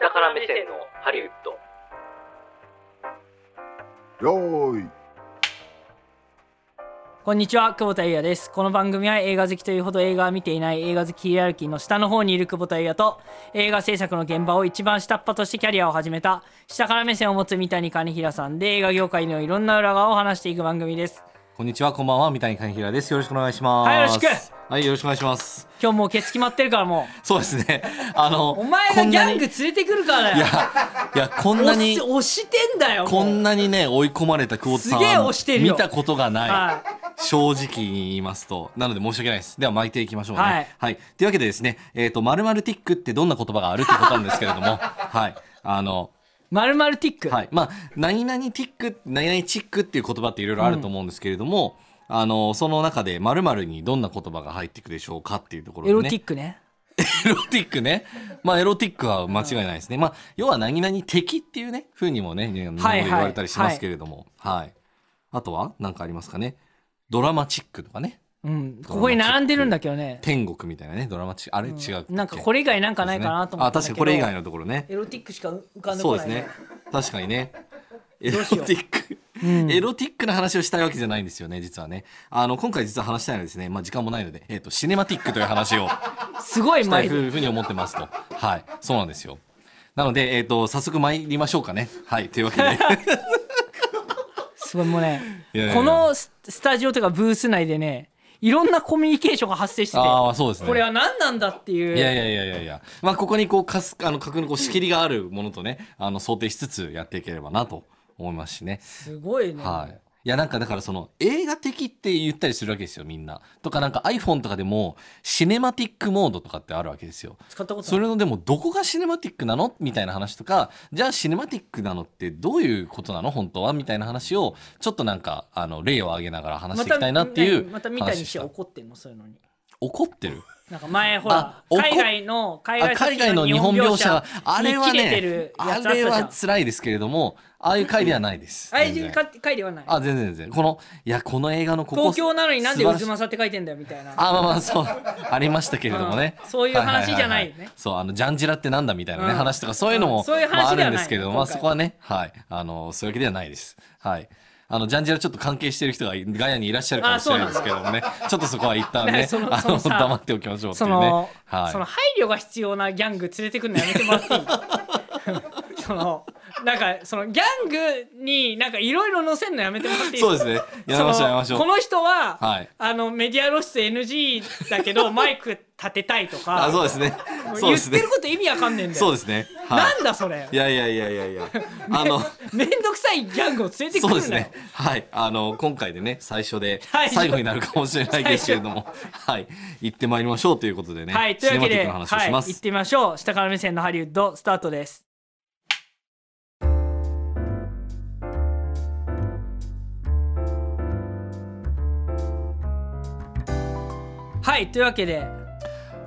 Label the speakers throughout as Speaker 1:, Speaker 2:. Speaker 1: 下から目線のハリウッド
Speaker 2: よーい
Speaker 3: こんにちは久保田優也ですこの番組は映画好きというほど映画は見ていない映画好きヒエラルキーの下の方にいる久保田優也と映画制作の現場を一番下っ端としてキャリアを始めた下から目線を持つ三谷兼平さんで映画業界のいろんな裏側を話していく番組です
Speaker 4: こんにちは、こんばんは、三谷兼平です。よろしくお願いします。
Speaker 3: はいよろしく
Speaker 4: はい、よろしくお願いします。
Speaker 3: 今日もうケツ決まってるからも
Speaker 4: そうですね。あの、
Speaker 3: うお前が
Speaker 4: こん
Speaker 3: ギ
Speaker 4: な
Speaker 3: ャ
Speaker 4: に
Speaker 3: ング連れてくるからだ
Speaker 4: い
Speaker 3: よ
Speaker 4: や、いや、こんな
Speaker 3: 押
Speaker 4: に
Speaker 3: し、押してんだよもう
Speaker 4: こんなにね、追い込まれた久保田さん。
Speaker 3: すげえ押してるよ
Speaker 4: 見たことがない。
Speaker 3: は
Speaker 4: 正直に言いますと。なので申し訳ないです。では巻いていきましょうね。
Speaker 3: はい
Speaker 4: というわけでですね、えっ、と、〇〇ティックってどんな言葉があるってことなんですけれ ども、はい。あの、
Speaker 3: い丸々ティック、
Speaker 4: はい。まあ、何々ティック、何々チックっていう言葉っていろいろあると思うんですけれども、あの、その中で〇〇にどんな言葉が入っていくでしょうかっていうところ
Speaker 3: エ
Speaker 4: で、ね。
Speaker 3: ロティックね
Speaker 4: エロティックね。まあ、エロティックは間違いないですね。まあ、要は何々的っていうね、風にもね、日本語
Speaker 3: はい
Speaker 4: で
Speaker 3: はい
Speaker 4: 言われたりしますけれども。はい、あとは何かありますかね。ドラマチックとかね。
Speaker 3: うんここに並んでるんだけどね
Speaker 4: 天国みたいなね、ドラマチック。あれ違うっけ、
Speaker 3: なんかこれ以外なんかないかなと思
Speaker 4: あ、
Speaker 3: ったんだ
Speaker 4: 確
Speaker 3: けど
Speaker 4: かにこれ以外のところね。
Speaker 3: エロティックしか浮かんで
Speaker 4: そ
Speaker 3: こ
Speaker 4: う
Speaker 3: な
Speaker 4: で
Speaker 3: い
Speaker 4: すね。確かにね。エ
Speaker 3: ど
Speaker 4: ロ
Speaker 3: う
Speaker 4: テ
Speaker 3: しよ
Speaker 4: ィ
Speaker 3: う
Speaker 4: ック。エロティックな話をしたいわけじゃないんですよね、実はね。あの、今回実は話したいのはですね、まあ時間もないので、えっ、と、シネマティックという話 を。
Speaker 3: すごい
Speaker 4: したい
Speaker 3: 前
Speaker 4: ふうふうに思ってますと。はい。そうなんですよ。なので、えっ、と、早速参りましょうかね。はい。という わけで。
Speaker 3: すごいもうね
Speaker 4: いやいやいや
Speaker 3: このススタジオとかブース内でねいろんなコミュニケーションが発生してて
Speaker 4: ああ、そうですね。
Speaker 3: これは何なんだっていう
Speaker 4: いやいやいやいやいや。まあ、ここにこう、かす、あの、確認、こう、仕切りがあるものとね、あの、想定しつつやっていければなと思いますしね。
Speaker 3: すごいね、
Speaker 4: はい。いや、なんかだからその、映画的って言ったりするわけですよ、みんな。とかなんか iPhone とかでも、シネマティックモードとかってあるわけですよ。
Speaker 3: 使ったこと
Speaker 4: そ
Speaker 3: ない
Speaker 4: れのでもどこがシネマティックなのみたいな話とかじゃあシネマティックなのってどういうことなの本当はみたいな話をちょっとなんかあの例を挙げながら話していきたいなっていう話
Speaker 3: また何また三
Speaker 4: で
Speaker 3: 谷
Speaker 4: し
Speaker 3: 氏
Speaker 4: た
Speaker 3: は怒ってんのそういうのに
Speaker 4: 怒ってる
Speaker 3: なんか前ほら
Speaker 4: あ怒っ
Speaker 3: 海外の海
Speaker 4: あ
Speaker 3: 外
Speaker 4: 海外の日本描写があれは
Speaker 3: に切れてる
Speaker 4: ね
Speaker 3: やつあ
Speaker 4: あ
Speaker 3: ったじ
Speaker 4: れ
Speaker 3: ゃん
Speaker 4: は辛いですけれどもああいう回ではないです
Speaker 3: 愛
Speaker 4: 全
Speaker 3: 人
Speaker 4: 然
Speaker 3: か回ではない
Speaker 4: あ全然全然このいやこの映画のここ
Speaker 3: 東京なのになんで
Speaker 4: 素
Speaker 3: 渦
Speaker 4: 晴らしい
Speaker 3: 政って書いてんだよみたいな
Speaker 4: あまあまあそうありましたけれどもね、
Speaker 3: うん そういう話じゃないよね
Speaker 4: はははそうあのジャンジラってなんだみたいなね、
Speaker 3: うん
Speaker 4: 話とかそういうのも、
Speaker 3: うんそういう話
Speaker 4: まあ、あ
Speaker 3: で
Speaker 4: る
Speaker 3: は
Speaker 4: ん
Speaker 3: ない
Speaker 4: ですけれども、まあ、
Speaker 3: 今回
Speaker 4: そこはねはいあのそういうわけではないですはいあのジャンジラちょっと関係してる人がガヤにいらっしゃるかもしれないですけれど もねちょっとそこは一旦
Speaker 3: ね
Speaker 4: ね
Speaker 3: その
Speaker 4: あ
Speaker 3: その
Speaker 4: の
Speaker 3: さ
Speaker 4: 黙っておきましょうってい
Speaker 3: そうの
Speaker 4: ね,、,、はい、
Speaker 3: その配慮が必要なギャング連れてくるのやめてもらっていい そのなんかそのギャングになんかいろいろ乗せんのやめてもらっていい
Speaker 4: そうですねやめましょう
Speaker 3: その
Speaker 4: やめましょう
Speaker 3: この人は、
Speaker 4: はい
Speaker 3: あのメディア露出 NG だけ どマイク立てたいとか
Speaker 4: あそうですねそう
Speaker 3: 言
Speaker 4: で
Speaker 3: っ
Speaker 4: す
Speaker 3: て
Speaker 4: ね
Speaker 3: ること意味わかんねえんだよ
Speaker 4: そうですねは
Speaker 3: なんだそれ
Speaker 4: いいやいやいやいやい やあの
Speaker 3: めんどくさいギャングを連れてく
Speaker 4: そうで
Speaker 3: る
Speaker 4: す
Speaker 3: んだよ、
Speaker 4: ね。はい。あの、今回でね、最初で、
Speaker 3: はい
Speaker 4: 最後になるかもしれないですけれども、はい。行ってまいりましょうということでね、
Speaker 3: はいというわけ
Speaker 4: シ
Speaker 3: で、
Speaker 4: ネ
Speaker 3: は
Speaker 4: マ
Speaker 3: い、
Speaker 4: ティックの話をします。
Speaker 3: 行ってみましょう下から目線のハリウッドスタートですはいというわけで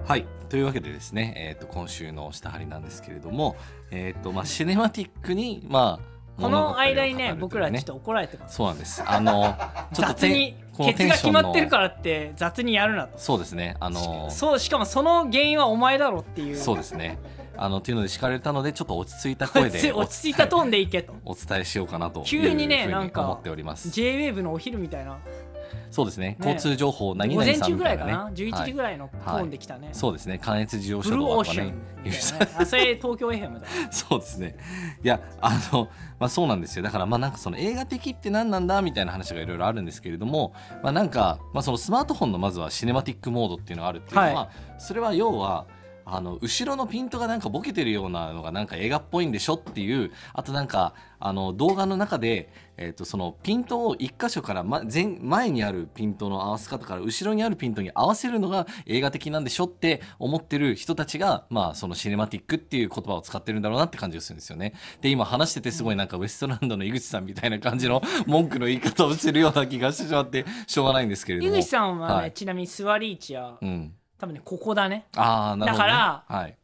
Speaker 4: はい。というわけでですね、えっ、と、今週の下張りなんですけれども、えっ、と、まあ、シネマティックに、まあ、
Speaker 3: この間にね
Speaker 4: 物語
Speaker 3: 僕
Speaker 4: を語る
Speaker 3: らちょ
Speaker 4: という
Speaker 3: っと怒られてます
Speaker 4: そうなんです。あの、ちょっと
Speaker 3: 雑にケ
Speaker 4: この
Speaker 3: ツ
Speaker 4: テン
Speaker 3: が
Speaker 4: ショ
Speaker 3: 決
Speaker 4: ンの
Speaker 3: まってるからって雑にやるなと
Speaker 4: そうですね。あの、
Speaker 3: そうしかもその原因はお前だろっていう
Speaker 4: そうですね。あの、っていうので叱られたので、ちょっと落ち着いた声で、
Speaker 3: 落ち着いたトーンでいけと
Speaker 4: お伝えしようかなというふう
Speaker 3: 急にね
Speaker 4: に
Speaker 3: なんか
Speaker 4: 思っております。
Speaker 3: JWAVE のお昼みたいな
Speaker 4: そうです
Speaker 3: ね
Speaker 4: ね交通情報何
Speaker 3: 午
Speaker 4: 々
Speaker 3: 前
Speaker 4: さん
Speaker 3: 中
Speaker 4: み
Speaker 3: ぐら
Speaker 4: たい
Speaker 3: い
Speaker 4: な
Speaker 3: か
Speaker 4: ね
Speaker 3: な、11時ぐ
Speaker 4: は
Speaker 3: ら
Speaker 4: い
Speaker 3: いのトーンできたね、
Speaker 4: そうですね関越自動
Speaker 3: ブ
Speaker 4: 車
Speaker 3: ルー
Speaker 4: 道
Speaker 3: オ
Speaker 4: と
Speaker 3: ー
Speaker 4: か
Speaker 3: シャ
Speaker 4: ね
Speaker 3: ンみたいなねあそれ東京 FM だ
Speaker 4: そうですねいやあの、まあ、そうなんですよだからまあなんかその映画的って何なんだみたいな話がいろいろあるんですけれども、まあ、なんか、まあ、そのスマートフォンのまずはシネマティックモードっていうのがあるっていうのは、
Speaker 3: は
Speaker 4: それは要はあの後ろのピントがなんかボケてるようなのがなんか映画っぽいんでしょっていうあとなんかあの動画の中で、えっとそのピントを一箇所から、ま、前前にあるピントの合わせ方から後ろにあるピントに合わせるのが映画的なんでしょって思ってる人たちが、まあ、そのシネマティックっていう言葉を使ってるんだろうなって感じがするんですよね。で今話しててすごいなんかウエストランドの井口さんみたいな感じの文句の言い方をしてるような気がしてしまってしょうがないんですけれど
Speaker 3: 井
Speaker 4: も。
Speaker 3: 口さんはね、
Speaker 4: はい
Speaker 3: ちなみに座り位置は
Speaker 4: うん、
Speaker 3: 多分ねここだね
Speaker 4: ああなるほど、ね。
Speaker 3: だから
Speaker 4: はい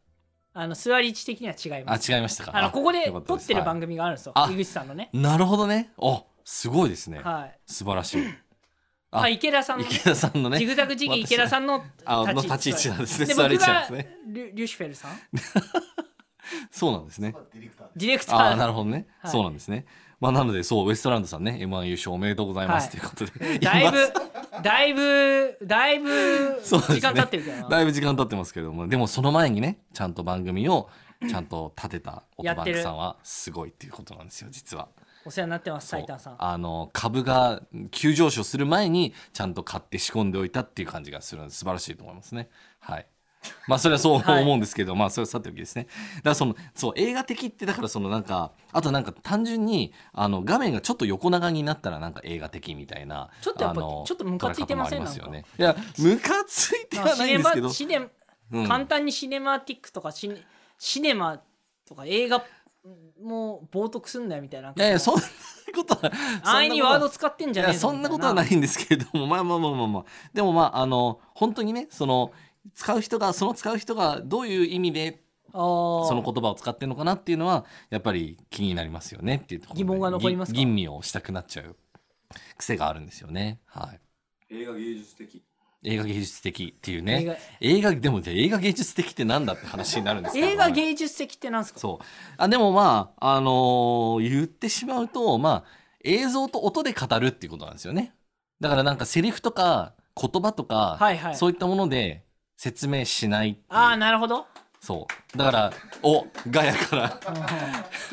Speaker 3: あの座り位置的には違い
Speaker 4: あ
Speaker 3: ます
Speaker 4: 違いましたか。
Speaker 3: あのここで
Speaker 4: よか
Speaker 3: 撮
Speaker 4: す
Speaker 3: ってる
Speaker 4: は
Speaker 3: 番組があるんですよ、
Speaker 4: あ
Speaker 3: 井口さんのね
Speaker 4: いなるほどね。おすごいですね。
Speaker 3: はい
Speaker 4: 素晴らしい。あ
Speaker 3: あ池田さんのね
Speaker 4: 池田さ んのね。
Speaker 3: ジグザグジギー池田さんの
Speaker 4: あの
Speaker 3: 立
Speaker 4: 立ち
Speaker 3: ち
Speaker 4: 位
Speaker 3: 位置
Speaker 4: 置なんですね。
Speaker 3: で
Speaker 4: 座
Speaker 3: 僕
Speaker 4: り位置なん
Speaker 3: が
Speaker 4: ですね。
Speaker 3: リュリュシフェルさん
Speaker 4: そうなんですね。
Speaker 3: ディレクタ
Speaker 4: ああ
Speaker 3: ー
Speaker 4: なるほどね、
Speaker 3: はい
Speaker 4: そうなんですね。まあなのでそうウエストランドさんね M1 優勝おめでとうございま
Speaker 3: は
Speaker 4: す、
Speaker 3: い
Speaker 4: ということで。
Speaker 3: だい
Speaker 4: 今
Speaker 3: ぶだいぶだいぶ
Speaker 4: そうですね
Speaker 3: 時間経ってるけどな、
Speaker 4: だいぶ時間経ってますけどもでもその前にねちゃんと番組をちゃんと立てたオートバンクさんはすごいっていうことなんですよ実は。
Speaker 3: お世話になってます
Speaker 4: そ
Speaker 3: タ
Speaker 4: う
Speaker 3: イタンさん
Speaker 4: あの株が急上昇する前にちゃんと買って仕込んでおいたっていう感じがするので素晴らしいと思いますね。はいまあそれはそう
Speaker 3: はい
Speaker 4: 思うんですけど、まあそれはさておきですね。だからそのそう映画的ってだからそのなんかあとなんか単純にあの画面がちょっと横長になったらなんか映画的みたいな
Speaker 3: ちょっとやっぱ
Speaker 4: あの
Speaker 3: ちょっとムカついてません
Speaker 4: 捉え方もありよね。いやムカついて
Speaker 3: ま
Speaker 4: は
Speaker 3: あ
Speaker 4: な
Speaker 3: シ
Speaker 4: い
Speaker 3: ネ
Speaker 4: んですけ
Speaker 3: マ
Speaker 4: ど。
Speaker 3: シネ
Speaker 4: うん
Speaker 3: 簡単にシネマティックとかシネシネマとか映画もう冒涜すんだよみたいない
Speaker 4: やいやそんなことは
Speaker 3: 安易にワード使ってんじゃねえ
Speaker 4: いやそんなことはないんですけれどもまあまあまあまあまあでもまああの本当にねその使う人がその使う人がどういう意味で
Speaker 3: そ
Speaker 4: その言葉を使ってるのかなっていうのはやっぱり気になりますよねっていうところで
Speaker 3: 疑問が残りますか
Speaker 4: ぎ吟味をしたくなっちゃう癖があるんですよねはい
Speaker 5: 映画芸術的
Speaker 4: 映画芸術的っていう
Speaker 3: 映画
Speaker 4: ね映画でもじゃあ映画芸術的ってなんだって話になるんですけど
Speaker 3: 映画芸術的ってなんですか
Speaker 4: そうあでもまああのー言ってしまうとまあ映像と音で語るっていうことなんですよねだからなんかセリフとか言葉とか、
Speaker 3: はいはい
Speaker 4: そういったもので説明しないっていう
Speaker 3: ああなるほど
Speaker 4: そうだからおガヤから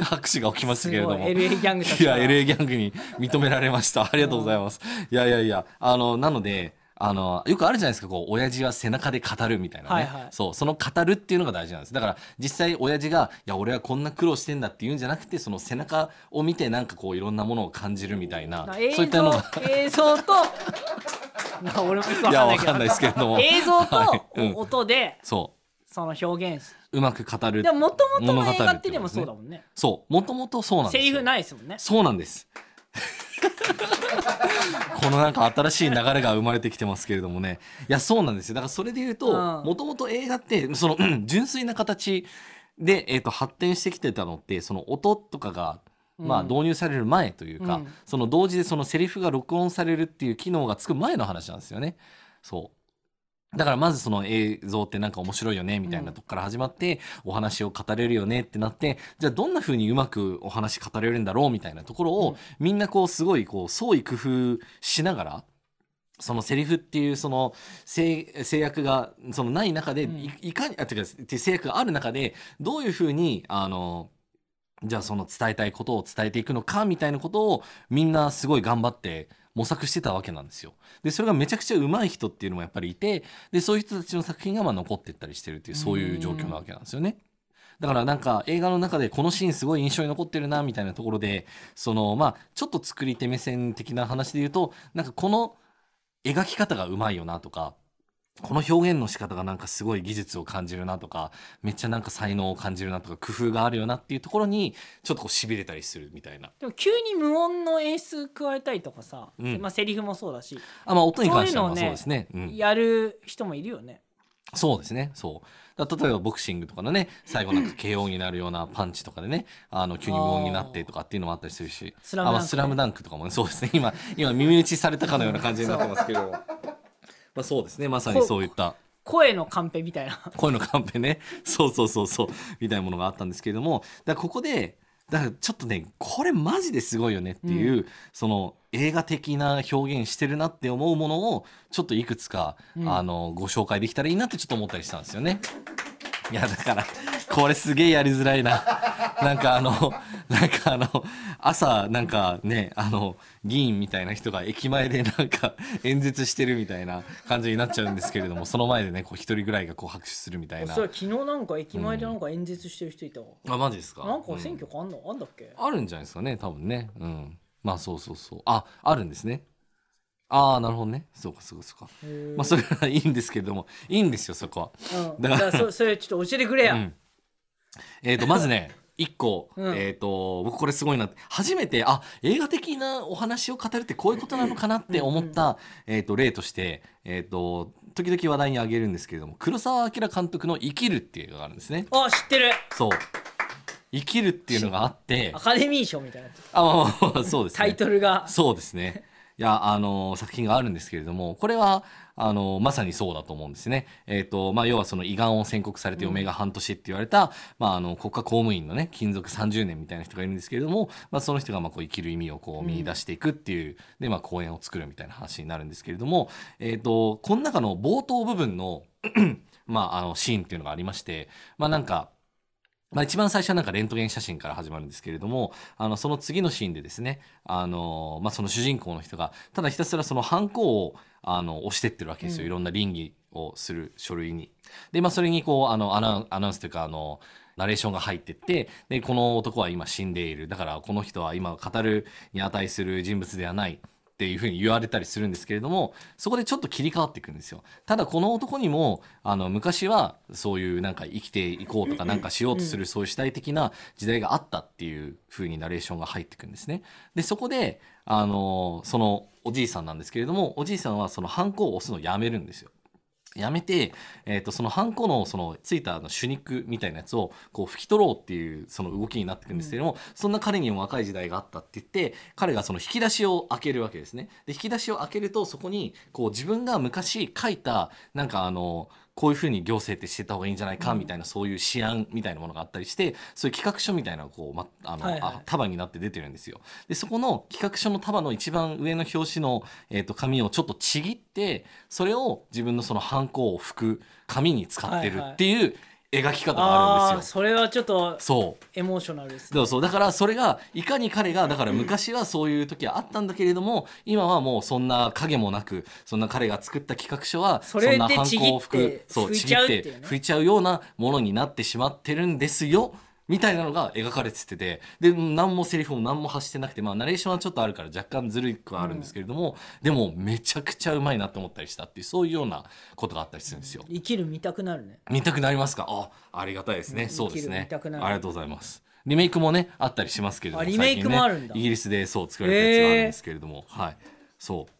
Speaker 4: 拍手が起きました
Speaker 3: す
Speaker 4: けれど
Speaker 3: ごい
Speaker 4: も
Speaker 3: LA ギャングた
Speaker 4: い
Speaker 3: ちが
Speaker 4: や LA ギャングに認められましたありがとうございますいやいやいやあのなのであのよくあるじゃないですかこう親父は背中で語るみたいなね、
Speaker 3: はいはい
Speaker 4: そうその語るっていうのが大事なんですだから実際親父が「いや俺はこんな苦労してんだ」って言うんじゃなくてその背中を見てなんかこういろんなものを感じるみたいな
Speaker 3: 映
Speaker 4: そういったの
Speaker 3: 像
Speaker 4: が
Speaker 3: 映像とな俺もよく
Speaker 4: いやわ
Speaker 3: わ
Speaker 4: か
Speaker 3: か
Speaker 4: ん
Speaker 3: ん
Speaker 4: な
Speaker 3: ないい
Speaker 4: ですけれ ども
Speaker 3: けど映像
Speaker 4: はいうん
Speaker 3: と音で
Speaker 4: そ
Speaker 3: その表現し
Speaker 4: ううまく語る
Speaker 3: でももともとの
Speaker 4: 物語
Speaker 3: 映画って
Speaker 4: い
Speaker 3: で
Speaker 4: こ
Speaker 3: も
Speaker 4: とす
Speaker 3: そ
Speaker 4: ね
Speaker 3: うだもんね
Speaker 4: そうもともとそうなんです
Speaker 3: セ
Speaker 4: よ
Speaker 3: リフないですもんね
Speaker 4: そうなんです。 このなんか新しい流れが生まれてきてますけれどもね。いや、そうなんですよ。だからそれで言うと、
Speaker 3: うん
Speaker 4: もともと映画って、その、うん純粋な形で、えっ、と、発展してきてたのって、その音とかが、まあ
Speaker 3: うん
Speaker 4: 導入される前というか、
Speaker 3: うん
Speaker 4: その同時でそのセリフが録音されるっていう機能がつく前の話なんですよね。そう。だからまずその映像ってなんか面白いよねみたいなとこから始まって、お話を語れるよねってなってじゃあどんな風にうまくお話語れるんだろうみたいなところを、
Speaker 3: うん
Speaker 4: みんなこうすごいこう創意工夫しながらそのセリフっていうその制制約がそのない中で、い
Speaker 3: うん
Speaker 4: いかにあてかて制約がある中でどういう風にあのじゃあその伝えたいことを伝えていくのかみたいなことをみんなすごい頑張って模索してたわけなんですよ。でそれがめちゃくちゃ上手い人っていうのもやっぱりいてでそういう人たちの作品がまあ残ってったりしてるっていうそういう状況なわけなんですよね。だからなんか映画の中でこのシーンすごい印象に残ってるなみたいなところでそのまあちょっと作り手目線的な話で言うとなんかこの描き方がうまいよなとかこの表現の仕方がなんかすごい技術を感じるなとかめっちゃなんか才能を感じるなとか工夫があるよなっていうところにちょっとこう痺れたりするみたいな
Speaker 3: でも急に無音の演出加えたりとかさ、
Speaker 4: うん
Speaker 3: まあセリフもそうだし、
Speaker 4: あまあ音に関してはまあ
Speaker 3: そう
Speaker 4: そ
Speaker 3: いううのをね
Speaker 4: ですねうん
Speaker 3: やる人もいるよね。
Speaker 4: そうですねそうだから例えばボクシングとかのね最後なんか KO になるようなパンチとかでねあの急に無音になってとかっていうのもあったりするし
Speaker 3: スラムダンク
Speaker 4: あまあスラムダンクとかもねそうですね今今耳打ちされたかのような感じになってますけどまあそうですね まさにそういった。
Speaker 3: 声のカンペみたいな。
Speaker 4: 声のカンペねそうそうそうそうみたいなものがあったんですけれどもだからここでだからちょっとねこれマジですごいよねっていう、その映画的な表現してるなって思うものをちょっといくつか、
Speaker 3: うん
Speaker 4: あのご紹介できたらいいなってちょっと思ったりしたんですよね。いやだからこれすげえやりづらいな。なんかあの なんかあの朝なんかねあの議員みたいな人が駅前でなんか演説してるみたいな感じになっちゃうんですけれどもその前でねこう一人ぐらいがこう拍手するみたい な
Speaker 3: そう昨日なんか駅前でなんか演説してる人いたわ。
Speaker 4: あマジですか
Speaker 3: なんか選
Speaker 4: う
Speaker 3: 挙かあんの、あんだっけ？
Speaker 4: んあるんじゃないですかね多分ねうんまあそうそうそうああるんですねああなるほどねそうかそうかそうか
Speaker 3: へー
Speaker 4: まあそれはいいんですけれどもいいんですよそこは
Speaker 3: うん、
Speaker 4: だ
Speaker 3: だか
Speaker 4: か
Speaker 3: ららそそれちょっと教えてくれや。
Speaker 4: うんえっ、とまずね 一個、
Speaker 3: うん
Speaker 4: えっ、と僕これすごいなって初めてあ映画的なお話を語るってこういうことなのかなって思った、えっと例としてえっ、と時々話題に挙げるんですけれども黒澤明監督の「生きる」っていう映画があるんですね。
Speaker 3: あ知ってる。
Speaker 4: そう生きるっていうのがあって
Speaker 3: アカデミー賞みたいなやつ
Speaker 4: あまあまあまあそうですね
Speaker 3: タイトルが。
Speaker 4: そうですねいやあの作品があるんですけれどもこれはあのまさにそうだと思うんですね。えっとまあ、要はその胃がんを宣告されて余命が半年って言われた、まあ、あの国家公務員のね勤続30年みたいな人がいるんですけれども、まあ、その人がまあこう生きる意味をこう見出していくっていう、で、まあ、公演を作るみたいな話になるんですけれども、えっとこの中の冒頭部分の まあ、あのシーンっていうのがありまして、まあ、なんか。まあ、一番最初はなんかレントゲン写真から始まるんですけれどもあのその次のシーンでですねあの、まあ、その主人公の人がただひたすらそのハンコをあの押してってるわけですよ、
Speaker 3: うん
Speaker 4: いろんな倫理をする書類に。で、まあ、それにこうあのアナウンアナウンスというかあのナレーションが入ってってでこの男は今死んでいるだからこの人は今語るに値する人物ではないっていうふうに言われたりするんですけれどもそこでちょっと切り替わっていくんですよただこの男にもあの昔はそういうなんか生きていこうとかなんかしようとするそういう主体的な時代があったっていうふうにナレーションが入っていくんですねでそこであのそのおじいさんなんですけれどもおじいさんはそのハンコを押すのをやめるんですよやめて、えー、とそのハンコのそのついたあの手肉みたいなやつをこう拭き取ろうっていうその動きになっていくんですけれども、そんな彼にも若い時代があったって言って彼がその引き出しを開けるわけですね。で引き出しを開けるとそこにこう自分が昔書いたなんかあのこういうふうに行政ってしてた方がいいんじゃないかみたいな、そういう試案みたいなものがあったりしてそういう企画書みたいなのがこう、ま、あの、
Speaker 3: はいはい
Speaker 4: あ束になって出てるんですよ。でそこの企画書の束の一番上の表紙の、えー、と紙をちょっとちぎってそれを自分のそのハンコを拭く紙に使ってるっていう描き方があ
Speaker 3: あ
Speaker 4: る
Speaker 3: あ
Speaker 4: んですよ。
Speaker 3: それはちょっと
Speaker 4: そう
Speaker 3: エモーショナルですね
Speaker 4: そうそうだからそれがいかに彼がだから昔はそういう時はあったんだけれども今はもうそんな影もなくそんな彼が作った企画書は
Speaker 3: そ
Speaker 4: そ
Speaker 3: れで
Speaker 4: んな犯行を
Speaker 3: ちぎっ
Speaker 4: 吹
Speaker 3: て
Speaker 4: くそう
Speaker 3: 拭い
Speaker 4: ちぎ
Speaker 3: ちゃう
Speaker 4: っ
Speaker 3: っていうね
Speaker 4: て拭いちゃうようなものになってしまってるんですよ。みたいなのが描かれてててで何もセリフも何も発してなくてまあナレーションはちょっとあるから若干ずるいくはあるんですけれども、でもめちゃくちゃうまいなと思ったりしたっていうそういうようなことがあったりするんですよ。
Speaker 3: 生きる見たくなるね
Speaker 4: 見たくなりますかあありがたいですね、
Speaker 3: うん
Speaker 4: そうです
Speaker 3: 生きる
Speaker 4: ね
Speaker 3: 見
Speaker 4: あ
Speaker 3: たく
Speaker 4: り
Speaker 3: なる
Speaker 4: がとうございますリメイクもねあったりしますけれども
Speaker 3: あリメイクもあるんだ
Speaker 4: 最近ねイギリスでそう作られたやつがあるんですけれども、はいそう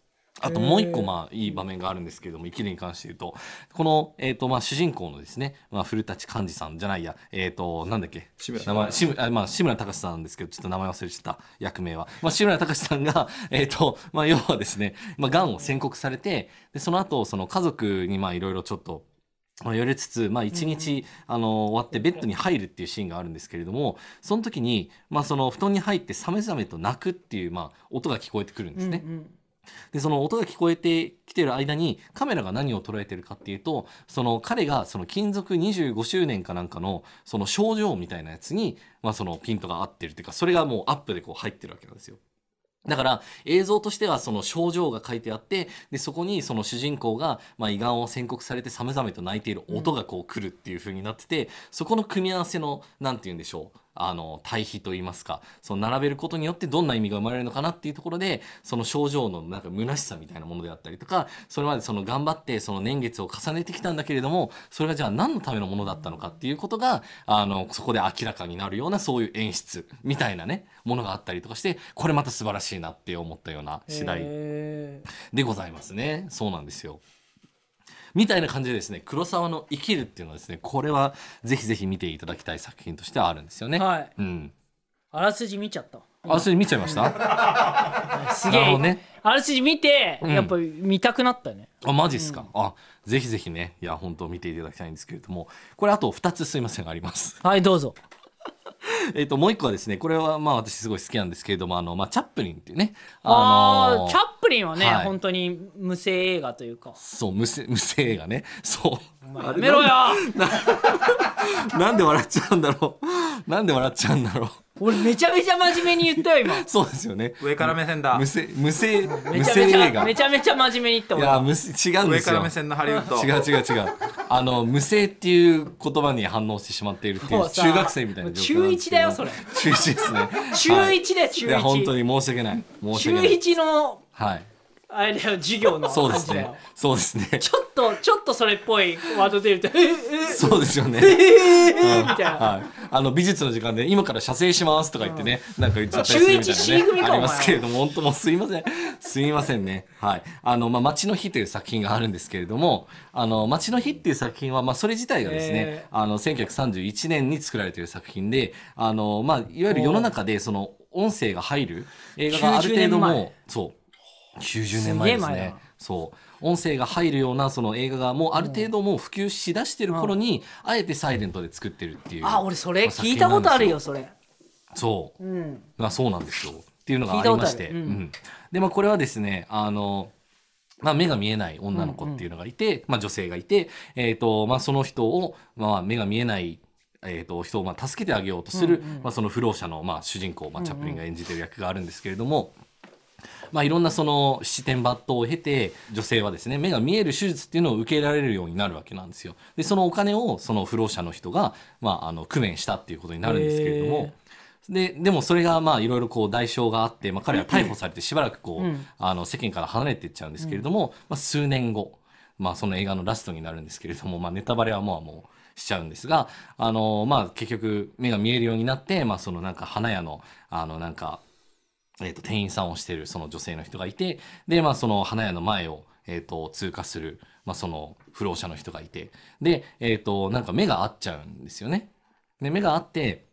Speaker 4: あともう一個
Speaker 3: へー
Speaker 4: まあいい場面があるんですけれども「生きる」に関して言うとこの、えーとまあ、主人公のですね、まあ、古舘寛治さんじゃないやえっ、となんだっけ
Speaker 2: 志村
Speaker 4: 名前志村あまあ、志村隆さんなんですけどちょっと名前忘れちゃった役名は、まあ、志村隆さんが、えーとまあ、要はですねまあ、がんを宣告されてでその後その家族にまあいろいろちょっとまあ寄れつつ、まあ、1日、あの終わってベッドに入るっていうシーンがあるんですけれどもその時に、まあ、その布団に入ってさめざめと泣くっていう、まあ、音が聞こえてくるんですね。
Speaker 3: うんうん
Speaker 4: でその音が聞こえてきてる間にカメラが何を捉えてるかっていうとその彼がその勤続25周年かなんかのその症状みたいなやつに、まあ、そのピントが合ってるっていうかそれがもうアップでこう入ってるわけなんですよ。だから映像としてはその症状が書いてあってでそこにその主人公がまあ胃がんを宣告されてさめざめと泣いている音がこう来るっていう風になってて、そこの組み合わせのなんて言うんでしょうあの対比といいますかその並べることによってどんな意味が生まれるのかなっていうところでその症状のなんか虚しさみたいなものであったりとかそれまでその頑張ってその年月を重ねてきたんだけれどもそれがじゃあ何のためのものだったのかっていうことがあのそこで明らかになるようなそういう演出みたいなねものがあったりとかしてこれまた素晴らしいなって思ったような次第
Speaker 3: へー
Speaker 4: でございますね。そうなんですよ。みたいな感じでですね、黒沢の生きるっていうのはですね、これはぜひぜひ見ていただきたい作品としてはあるんですよね。
Speaker 3: はい
Speaker 4: うん。
Speaker 3: あらすじ見ちゃった
Speaker 4: あ、それ見ちゃいました。
Speaker 3: すげ
Speaker 4: なるほ
Speaker 3: え、
Speaker 4: どね。
Speaker 3: あらすじ見て、
Speaker 4: うん
Speaker 3: やっぱ見たくなったね
Speaker 4: あ、マジっすか。あ、ぜひぜひね、いや、本当見ていただきたいんですけれども、これあと二つすいませんあります。
Speaker 3: はいどうぞ
Speaker 4: えっと、もう一個はですね、これはまあ、私すごい好きなんですけれども、あの、まあ、チャップリンっていうね。
Speaker 3: あ
Speaker 4: の
Speaker 3: ー
Speaker 4: ー
Speaker 3: チャップリンはね、
Speaker 4: はい
Speaker 3: 本当に無声映画というか
Speaker 4: そう、無声、無声がね。そう。
Speaker 3: お前やめろよ
Speaker 4: なんで笑っちゃうんだろう。なんで笑っちゃうんだろう。
Speaker 3: 俺めちゃめちゃ真面目に言ったよ今
Speaker 4: そうですよね。
Speaker 5: 上から目線だ
Speaker 4: 無声無声
Speaker 3: め
Speaker 4: 無
Speaker 3: ちゃ
Speaker 4: 声
Speaker 3: めち
Speaker 4: 映
Speaker 3: ゃ
Speaker 4: 画
Speaker 3: め
Speaker 4: い
Speaker 3: ちゃめちゃ真面目に言った俺
Speaker 4: や無声違うんで
Speaker 5: 上
Speaker 4: す
Speaker 5: から
Speaker 4: よ
Speaker 5: 目線のハリウッド
Speaker 4: 違う違う違うあの無声っていう言葉に反応してしまっているってい
Speaker 3: も
Speaker 4: う
Speaker 3: うさ
Speaker 4: 中学生みたいな況なんですけど
Speaker 3: 中一だよそれ
Speaker 4: 中1ですね
Speaker 3: 中1で
Speaker 4: い
Speaker 3: 中
Speaker 4: や本当
Speaker 3: 1
Speaker 4: に申し訳ない申し
Speaker 3: 中
Speaker 4: 訳ない
Speaker 3: 1の
Speaker 4: はい
Speaker 3: あれだよ授業の
Speaker 4: そうで
Speaker 3: 感
Speaker 4: す
Speaker 3: じだ
Speaker 4: ね
Speaker 3: よ
Speaker 4: そうですね
Speaker 3: ちょっとちょっとそれっぽいワード出ると「ええ
Speaker 4: そうです よね
Speaker 3: ええみたいな
Speaker 4: はい、あの美術の時間で今から射精しますとか言ってね、なんか言っちゃったりするみたいな、ね、
Speaker 3: 中一 C 組かお前
Speaker 4: ありますけれども本当もうすいませんすいませんねはいあの、まあ「街の日」という作品があるんですけれども「あの街の日」っていう作品は、まあ、それ自体がですね、
Speaker 3: え
Speaker 4: あの1931年に作られている作品であの、まあ、いわゆる世の中でその音声が入る映画がある
Speaker 3: 90年
Speaker 4: 程度も
Speaker 3: 前
Speaker 4: そう90年前です
Speaker 3: すげえ前
Speaker 4: ね
Speaker 3: だ
Speaker 4: そう音声が入るようなその映画がもうある程度もう普及しだしてる頃に、あえてサイレントで作ってるっていう
Speaker 3: あ俺それ聞いたことあるよそれ
Speaker 4: そう
Speaker 3: うん
Speaker 4: まあ、そうなんですよっていうのがありまして、
Speaker 3: 聞いたことあるうん
Speaker 4: うんでまあこれはですねあのまあ、目が見えない女の子っていうのがいて、まあ、女性がいて、えーとまあ、その人を、まあ、目が見えない、えー、と人をまあ助けてあげようとする、
Speaker 3: うんうん
Speaker 4: まあ、その不老者の、まあ、主人公、まあ、チャップリンが演じてる役があるんですけれども、まあ、いろんなその七点抜刀を経て女性はですね目が見える手術っていうのを受けられるようになるわけなんですよ。でそのお金をその不老者の人が、まあ、あの工面したっていうことになるんですけれども。ででもそれがまあいろいろこう代償があって、まあ、彼は逮捕されてしばらくこう、
Speaker 3: うん
Speaker 4: あの世間から離れていっちゃうんですけれども、まあ、数年後、まあ、その映画のラストになるんですけれども、まあ、ネタバレはもうもうしちゃうんですが、あのまあ、結局目が見えるようになって、まあ、そのなんか花屋のあのなんか、えー、と店員さんをしてるその女性の人がいてで、まあ、その花屋の前を、えー、と通過する、まあ、その不老者の人がいてで、えー、となんか目が合っちゃうんですよね。で目が合って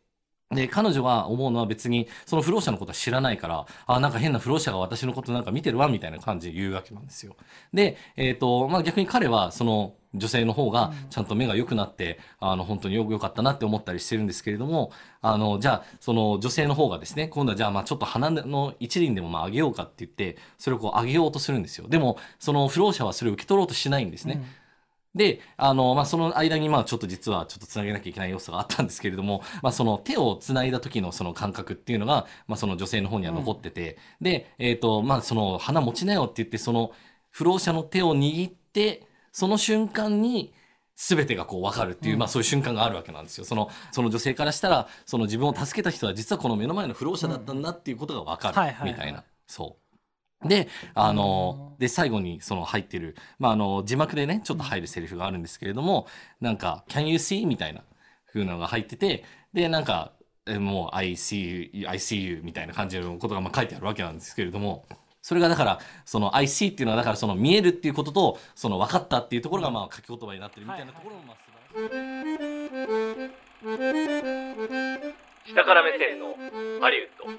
Speaker 4: で、彼女が思うのは別に、その不老者のことは知らないから、あ、なんか変な不老者が私のことなんか見てるわ、みたいな感じで言うわけなんですよ。で、えっ、と、まあ、逆に彼は、その、女性の方が、ちゃんと目が良くなって、あの、本当によく良かったなって思ったりしてるんですけれども、あの、じゃあ、その女性の方がですね、今度はじゃあ、まあ、ちょっと鼻の一輪でもまあ、あげようかって言って、それをこう、あげようとするんですよ。でも、その不老者はそれを受け取ろうとしないんですね。で、あの、まあ、その間に、まあ、ちょっと実は、ちょっと繋げなきゃいけない要素があったんですけれども、まあ、その手を繋いだ時のその感覚っていうのが、まあ、その女性の方には残ってて、で、えっ、と、まあ、その、花持ちなよって言って、その、不老者の手を握って、その瞬間に、全てがこう分かるっていう、まあそういう瞬間があるわけなんですよ。その、その女性からしたら、その自分を助けた人は実はこの目の前の不老者だったんだっていうことが分か
Speaker 3: うんはいはい
Speaker 4: る
Speaker 3: はい
Speaker 4: みたいな。そう。で、あの、で、最後にその入ってる、まああの、字幕でね、ちょっと入るセリフがあるんですけれども、なんか、can you see? みたいな風なのが入ってて、で、なんか、えもう、I see you, I see you みたいな感じのことがまあ書いてあるわけなんですけれども、それがだから、その I see っていうのは、だからその見えるっていうことと、その分かったっていうところがまあ書き言葉になってるみたいなところもまあ素晴らしい
Speaker 1: 下から目線のハリウッド
Speaker 4: こ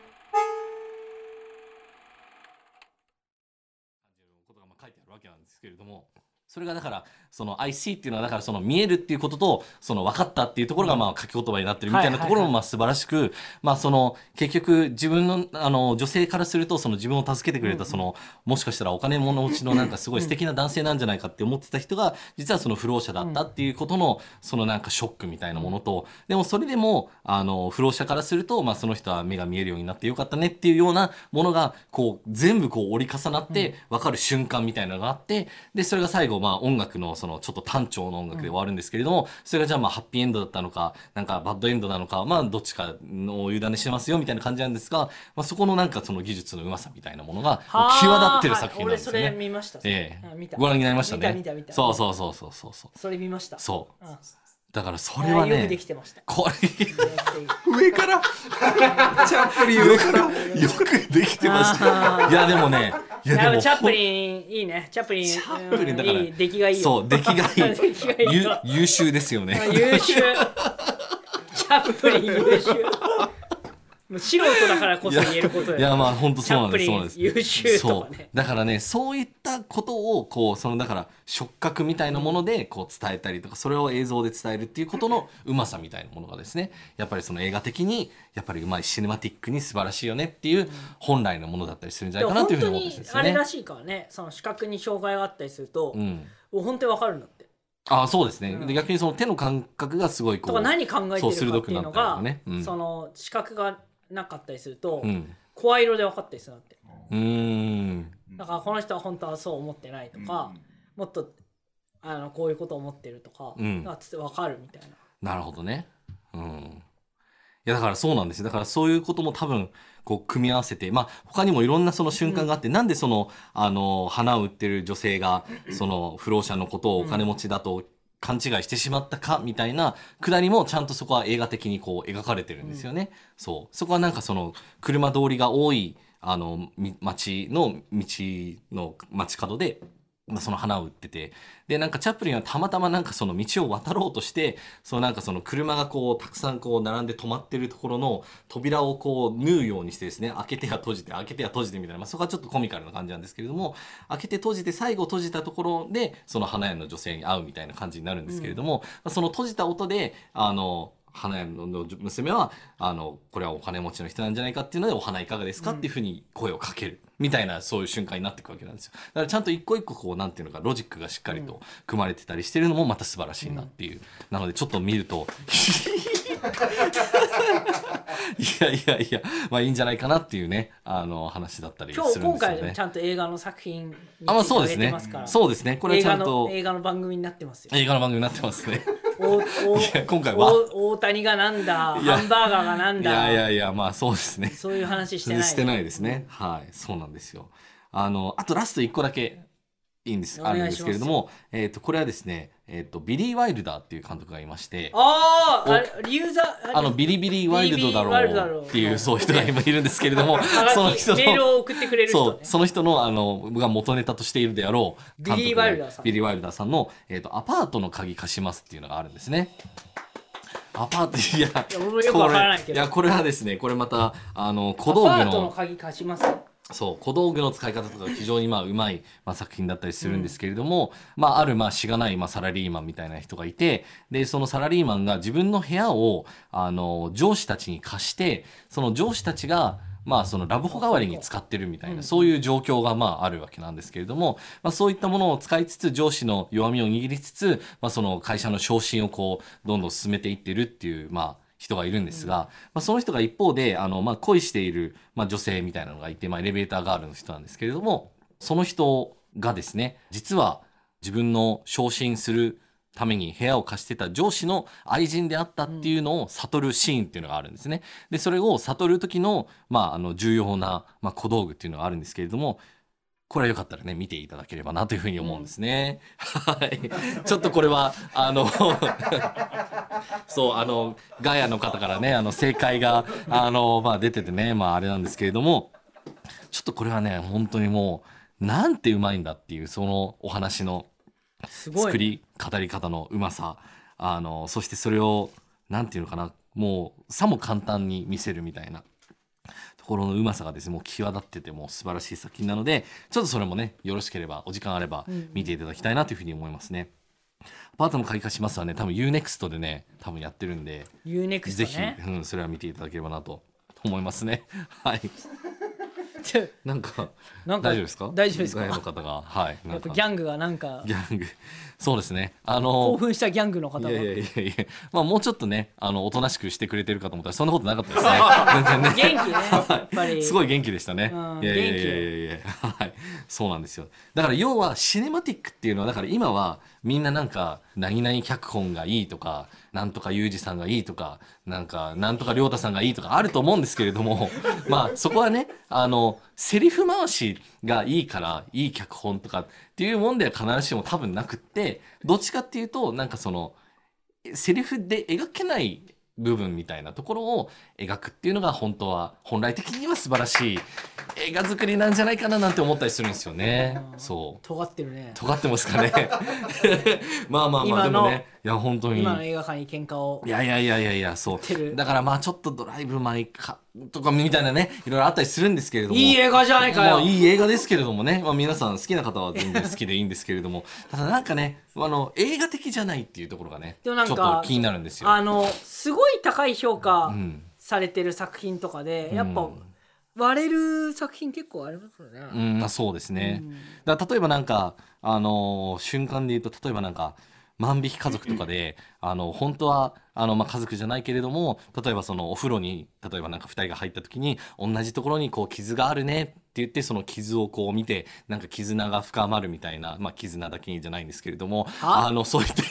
Speaker 4: とがまあ書いてあるわけなんですけれどもそれがだからその IC っていうのはだからその見えるっていうこととその分かったっていうところがまあ書き言葉になってるみたいなところもまあ素晴らしくまあその結局自分のあの女性からするとその自分を助けてくれたそのもしかしたらお金持ちのなんかすごい素敵な男性なんじゃないかって思ってた人が実はその不老者だったっていうことのそのなんかショックみたいなものとでもそれでもあの不老者からするとまあその人は目が見えるようになってよかったねっていうようなものがこう全部こう折り重なって分かる瞬間みたいなのがあってでそれが最後まあ音楽のそのちょっと単調の音楽で終わるんですけれどもそれがじゃあまあハッピーエンドだったのかなんかバッドエンドなのかまあどっちかのお委ねしてますよみたいな感じなんですがまあそこのなんかその技術のうまさみたいなものが際立ってる作品なんです
Speaker 3: 俺そ
Speaker 4: よ
Speaker 3: れ
Speaker 4: ね。
Speaker 3: 見ました
Speaker 4: え
Speaker 3: あ
Speaker 4: え
Speaker 3: 見た、
Speaker 4: ご覧になりましたね。
Speaker 3: 見た見た見た
Speaker 4: そうそうそうそうそうそう。
Speaker 3: それ見ました
Speaker 4: そう。
Speaker 3: うん
Speaker 4: だからそれは
Speaker 3: よくで
Speaker 4: ね
Speaker 3: き、てました
Speaker 4: これ
Speaker 5: 上から チャップリン上から
Speaker 4: よくできてま した。いやでもね、い
Speaker 3: いや
Speaker 4: やでも
Speaker 3: チャップリンいいねチャップリン
Speaker 4: チャップリンだか
Speaker 3: う
Speaker 4: ら
Speaker 3: んいい出来がいいよ
Speaker 4: そう、出来が い
Speaker 3: 出来がい
Speaker 4: い。
Speaker 3: い
Speaker 4: ゆ
Speaker 3: よ
Speaker 4: 優秀ですよね。
Speaker 3: 優秀チャップリン優秀もう素人だからこそ言えることだよ
Speaker 4: いやまあ本当そうなんです
Speaker 3: チャッ
Speaker 4: そうなん
Speaker 3: プ
Speaker 4: で
Speaker 3: リン
Speaker 4: す
Speaker 3: 優秀とか
Speaker 4: そう
Speaker 3: ね
Speaker 4: だからねそういったことをこうそのだから触覚みたいなものでこう伝えたりとかそれを映像で伝えるっていうことのうまさみたいなものがですねやっぱりその映画的にやっぱりうまいシネマティックに素晴らしいよねっていう本来のものだったりするんじゃ
Speaker 3: で
Speaker 4: ない
Speaker 3: も本
Speaker 4: かなというふう
Speaker 3: 当
Speaker 4: に思って
Speaker 3: に
Speaker 4: るんです
Speaker 3: あ
Speaker 4: よ
Speaker 3: れ
Speaker 4: ね
Speaker 3: ら。しいからねその視覚に障害があったりすると、
Speaker 4: う
Speaker 3: も
Speaker 4: ん、
Speaker 3: う本当にわかるんだって
Speaker 4: あそうですね、
Speaker 3: うん
Speaker 4: で逆にその手の感覚がすごいことう
Speaker 3: か何考えてるかっていうのが
Speaker 4: そう鋭くなったりとかねうん
Speaker 3: その視覚がなかったりすると、
Speaker 4: うん
Speaker 3: 声色で分かったりするんだって
Speaker 4: うーん
Speaker 3: だからこの人は本当はそう思ってないとか、もっとあのこういうことを思ってるとか、
Speaker 4: うん
Speaker 3: がつ分かるみたいな
Speaker 4: なるほどね。うん。いやだからそうなんですよ。だからそういうことも多分こう組み合わせて、まあ他にもいろんなその瞬間があって、なんでそのあの花を売ってる女性がその不老者のことをお金持ちだと勘違いしてしまったかみたいなくだりもちゃんとそこは映画的にこう描かれてるんですよね。そう。そこはなんかその車通りが多いあのみ街の道の街角でまあその花を売っててでなんかチャップリンはたまたまなんかその道を渡ろうとしてそのなんかその車がこうたくさんこう並んで止まってるところの扉をこう縫うようにしてですね開けては閉じて開けては閉じてみたいな、まあ、そこはちょっとコミカルな感じなんですけれども開けて閉じて最後閉じたところでその花屋の女性に会うみたいな感じになるんですけれども、まあその閉じた音であの花屋の娘はあのこれはお金持ちの人なんじゃないかっていうのでお花いかがですかっていうふうに声をかけるみたいなそういう瞬間になっていくわけなんですよだからちゃんと一個一個こうなんていうのかロジックがしっかりと組まれてたりしてるのもまた素晴らしいなっていう、なのでちょっと見ると いやいやいやまあいいんじゃないかなっていうねあの話だったりする
Speaker 3: 今
Speaker 4: んです
Speaker 3: 日
Speaker 4: よね
Speaker 3: 今回でもちゃんと映画の作品に
Speaker 4: あ、まあ、そう
Speaker 3: 上げ
Speaker 4: です
Speaker 3: て
Speaker 4: ね
Speaker 3: ますから。
Speaker 4: そうですねこれはちゃん
Speaker 3: 映画
Speaker 4: と
Speaker 3: の映画の番組になってますよ。
Speaker 4: 映画の番組になってますね
Speaker 3: おお
Speaker 4: いや今回は
Speaker 3: お大谷がなんだ、ハ
Speaker 4: いや
Speaker 3: ンバーガーがなん
Speaker 4: い
Speaker 3: だ、
Speaker 4: やいやいやまあそうですね
Speaker 3: そういう話して
Speaker 4: それ
Speaker 3: ない。
Speaker 4: でしてないですね。はい、そうなんですよ。あの、あとラスト1個だけ。いいんです。
Speaker 3: お
Speaker 4: あ
Speaker 3: 願いします
Speaker 4: るんですけれども、えっ、と、これはですね、えっ、と、ビリーワイルダーっていう監督がいまして。
Speaker 3: あーあれ、リューザー、
Speaker 4: あのビリビリワイルド
Speaker 3: ビリ
Speaker 4: だ
Speaker 3: ビリワイルドだろ
Speaker 4: ろ
Speaker 3: う
Speaker 4: うっていうそういう人が今いるんですけ れども
Speaker 3: はがき
Speaker 4: その人の
Speaker 3: メールを送ってくれる人、
Speaker 4: そ
Speaker 3: ね
Speaker 4: う。その人のあのが元ネタとしているであろう監督
Speaker 3: ビリーワイルダーさん
Speaker 4: ビリーワイルダーさんの、えーと「アパートの鍵貸します」っていうのがあるんですね。アパートいや
Speaker 3: 俺もよくわからないけど
Speaker 4: これいやこれはですねこれまたあの小道具
Speaker 3: アパー
Speaker 4: の
Speaker 3: トの鍵貸します。
Speaker 4: そう小道具の使い方とかが非常にまあうまい、まあ、作品だったりするんですけれども、まあ、あるまあしがないまあサラリーマンみたいな人がいてでそのサラリーマンが自分の部屋をあの上司たちに貸してその上司たちがまあそのラブホ代わりに使ってるみたいなそういう状況がまああるわけなんですけれども、まあ、そういったものを使いつつ上司の弱みを握りつつ、まあ、その会社の昇進をこうどんどん進めていってるっていうまあ人がいるんですが、まあ、その人が一方であの、まあ、恋している、まあ、女性みたいなのがいて、まあ、エレベーターガールの人なんですけれどもその人がですね実は自分の昇進するために部屋を貸してた上司の愛人であったっていうのを悟るシーンっていうのがあるんですね。でそれを悟る時の,、まあ、あの重要な、まあ、小道具っていうのがあるんですけれどもこれはよかったらね見ていただければなというふうに思うんですね。はいちょっとこれはあの そうあのガヤの方からねあの正解があの、まあ、出ててね、まあ、あれなんですけれどもちょっとこれはね本当にもうなんてうまいんだっていうそのお話の
Speaker 3: すごい。
Speaker 4: 作り語り方のうまさあのそしてそれをなんていうのかなもうさも簡単に見せるみたいなところのうまさがですねもう際立っててもう素晴らしい作品なのでちょっとそれもねよろしければお時間あれば見ていただきたいなというふうに思いますね。パートの開花しますはね多分 UNEXT でね多分やってるんで、
Speaker 3: ユーネクス
Speaker 4: ぜ
Speaker 3: ト
Speaker 4: ひ、
Speaker 3: ね。
Speaker 4: うん、それは見ていただければなと思いますね。 はい、
Speaker 3: ち ょ
Speaker 4: なんか
Speaker 3: なんか
Speaker 4: 大丈夫ですか
Speaker 3: 大丈夫ですか
Speaker 4: ガヤの方がはいな
Speaker 3: やっ
Speaker 4: ん
Speaker 3: ぱ
Speaker 4: か
Speaker 3: ギャングがなんか
Speaker 4: ギャングそうですねあの
Speaker 3: 興奮したギャングの方
Speaker 4: い
Speaker 3: が
Speaker 4: やいやいやいや、まあもうちょっとね、あのおとなしくしてくれてるかと思ったらそんなことなかったですね。全然ね。
Speaker 3: 元気ねやっぱ り
Speaker 4: すごい元気でしたね。
Speaker 3: うん
Speaker 4: いやいやいやいやいやいや、はい、そうなんですよ。だから要はシネマティックっていうのはだから今はみんななんか何々脚本がいいとか、なんとかユージさんがいいとか、なんかなんとか亮太さんがいいとかあると思うんですけれども、 まあそこはね、あのセリフ回しがいいからいい脚本とかっていうもんでは必ずしも多分なくって、どっちかっていうとなんかそのセリフで描けない部分みたいなところを描くっていうのが本当は本来的には素晴らしい映画作りなんじゃないかななんて思ったりするんですよね。そう
Speaker 3: 尖ってるね
Speaker 4: 尖ってます かね。まあまあまあ
Speaker 3: 今
Speaker 4: で
Speaker 3: の
Speaker 4: もねいや本当に。
Speaker 3: 今の映画館に喧嘩を
Speaker 4: いやいやいやいやいやそ
Speaker 3: てる
Speaker 4: うだからまあちょっとドライブ・マイ・カーとかみたいなねいろいろあったりするんですけれども
Speaker 3: いい映画じゃないか
Speaker 4: ま
Speaker 3: よ
Speaker 4: あ、いい映画ですけれどもね、まあ、皆さん好きな方は全然好きでいいんですけれどもただなんかねあの映画的じゃないっていうところがねち
Speaker 3: でも
Speaker 4: ょ
Speaker 3: なん
Speaker 4: っ
Speaker 3: か
Speaker 4: と気になるんですよ。
Speaker 3: あのすごい高い評価
Speaker 4: うん
Speaker 3: されてる作品とかで、やっ
Speaker 4: う
Speaker 3: ぱ
Speaker 4: ん
Speaker 3: 割れる作品結構ありますよね、
Speaker 4: うんまあ、そうですね、だから例えばなんか、あのー瞬間で言うと例えばなんか万引き家族とかであの本当はあの、まあ、家族じゃないけれども例えばそのお風呂に例えばなんか2人が入った時に同じところにこう傷があるねって言ってその傷をこう見てなんか絆が深まるみたいな、まあ、絆だけじゃないんですけれども
Speaker 3: は
Speaker 4: あのそういった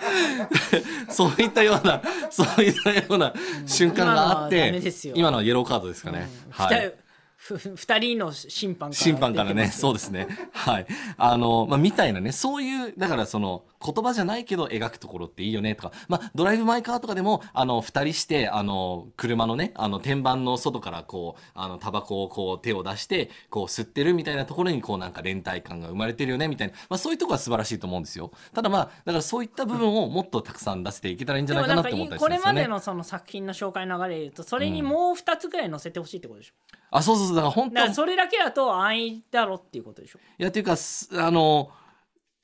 Speaker 4: そういったようなそういったような瞬間があ
Speaker 3: 今のはダ
Speaker 4: っ
Speaker 3: メ
Speaker 4: て
Speaker 3: ですよ
Speaker 4: 今のはイエローカードですかね。
Speaker 3: 二人ふ2人の審判から
Speaker 4: 審判からね、 そう
Speaker 3: う
Speaker 4: ですね。はい。あの、まあ、みたいなね、そういう、だからその、言葉じゃないけど描くところっていいよねとか、まあ、ドライブ・マイ・カーとかでも、あの、二人して、あの、車のね、あの、天板の外からこう、あの、タバコをこう、手を出して、こう、吸ってるみたいなところに、こう、なんか連帯感が生まれてるよね、みたいな、まあ、そういうところは素晴らしいと思うんですよ。ただまあ、だからそういった部分をもっとたくさん出せていけたらいいんじ
Speaker 3: で
Speaker 4: ゃな
Speaker 3: もな
Speaker 4: いかなんっ
Speaker 3: か
Speaker 4: て思ったりす
Speaker 3: こ
Speaker 4: るんで
Speaker 3: れ
Speaker 4: すよ
Speaker 3: ま
Speaker 4: ね
Speaker 3: で。のその作品の紹介の流れで言うとそれにもう2つぐらい載せてほしいってことでしょ、
Speaker 4: あ、そうそうそう、だから本当
Speaker 3: だからそれだけだと安易だろっていうことでしょ
Speaker 4: いやというかすあの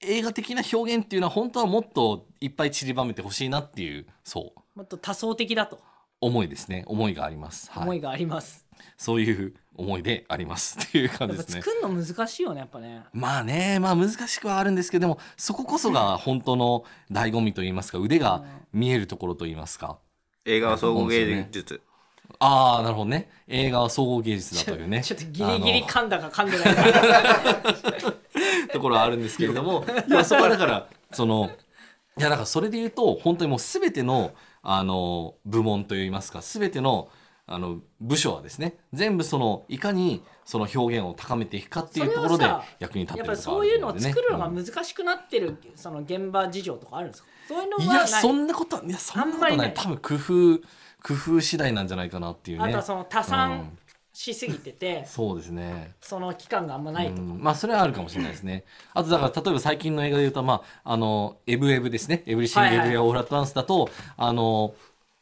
Speaker 4: 映画的な表現っていうのは本当はもっといっぱい散りばめてほしいなっていうそう
Speaker 3: もっと多層的だと
Speaker 4: 思いですね思いがあります、は
Speaker 3: 思い
Speaker 4: い、
Speaker 3: があります、
Speaker 4: そういう思いでありますっていう感じ
Speaker 3: やっ
Speaker 4: で
Speaker 3: ぱ
Speaker 4: すね
Speaker 3: 作るの難しいよねやっぱね
Speaker 4: まあねまあ難しくはあるんですけどでもそここそが本当の醍醐味といいますか腕が見えるところといいますか
Speaker 6: 映画は総合芸術。
Speaker 4: ああなるほどね映画は総合芸術だというね
Speaker 3: ちょっとギリギリ
Speaker 4: あの
Speaker 3: 噛んだか噛んでないか
Speaker 4: ところはあるんですけれども、まあ、そこはだからそのいやだからそれで言うと本当にもう全てのあの部門といいますか全てのあの部署はですね全部そのいかにその表現を高めていくかっていうところで
Speaker 3: それはさ
Speaker 4: 役に立って
Speaker 3: やっ
Speaker 4: る
Speaker 3: ぱり
Speaker 4: ところ
Speaker 3: そういうのを作るのが
Speaker 4: が
Speaker 3: 難しくなってる、その現場事情とかあるんですかそういうの
Speaker 4: い
Speaker 3: は
Speaker 4: や
Speaker 3: ない
Speaker 4: そんなことはいやそんなこと
Speaker 3: あんまり
Speaker 4: な
Speaker 3: ないい
Speaker 4: 多分工夫工夫次第なんじゃないかなっていう
Speaker 3: あ
Speaker 4: ね
Speaker 3: とはその多
Speaker 4: う
Speaker 3: 産
Speaker 4: ん
Speaker 3: しすぎてて、
Speaker 4: そうですね
Speaker 3: その期間があんまないとか、
Speaker 4: うんまあそれはあるかもしれないですね。 あとだから例えば最近の映画で言うとまああのエブエブですね。エブリシング
Speaker 3: はい
Speaker 4: エ
Speaker 3: はい
Speaker 4: ブリアオールアットワンスだとあの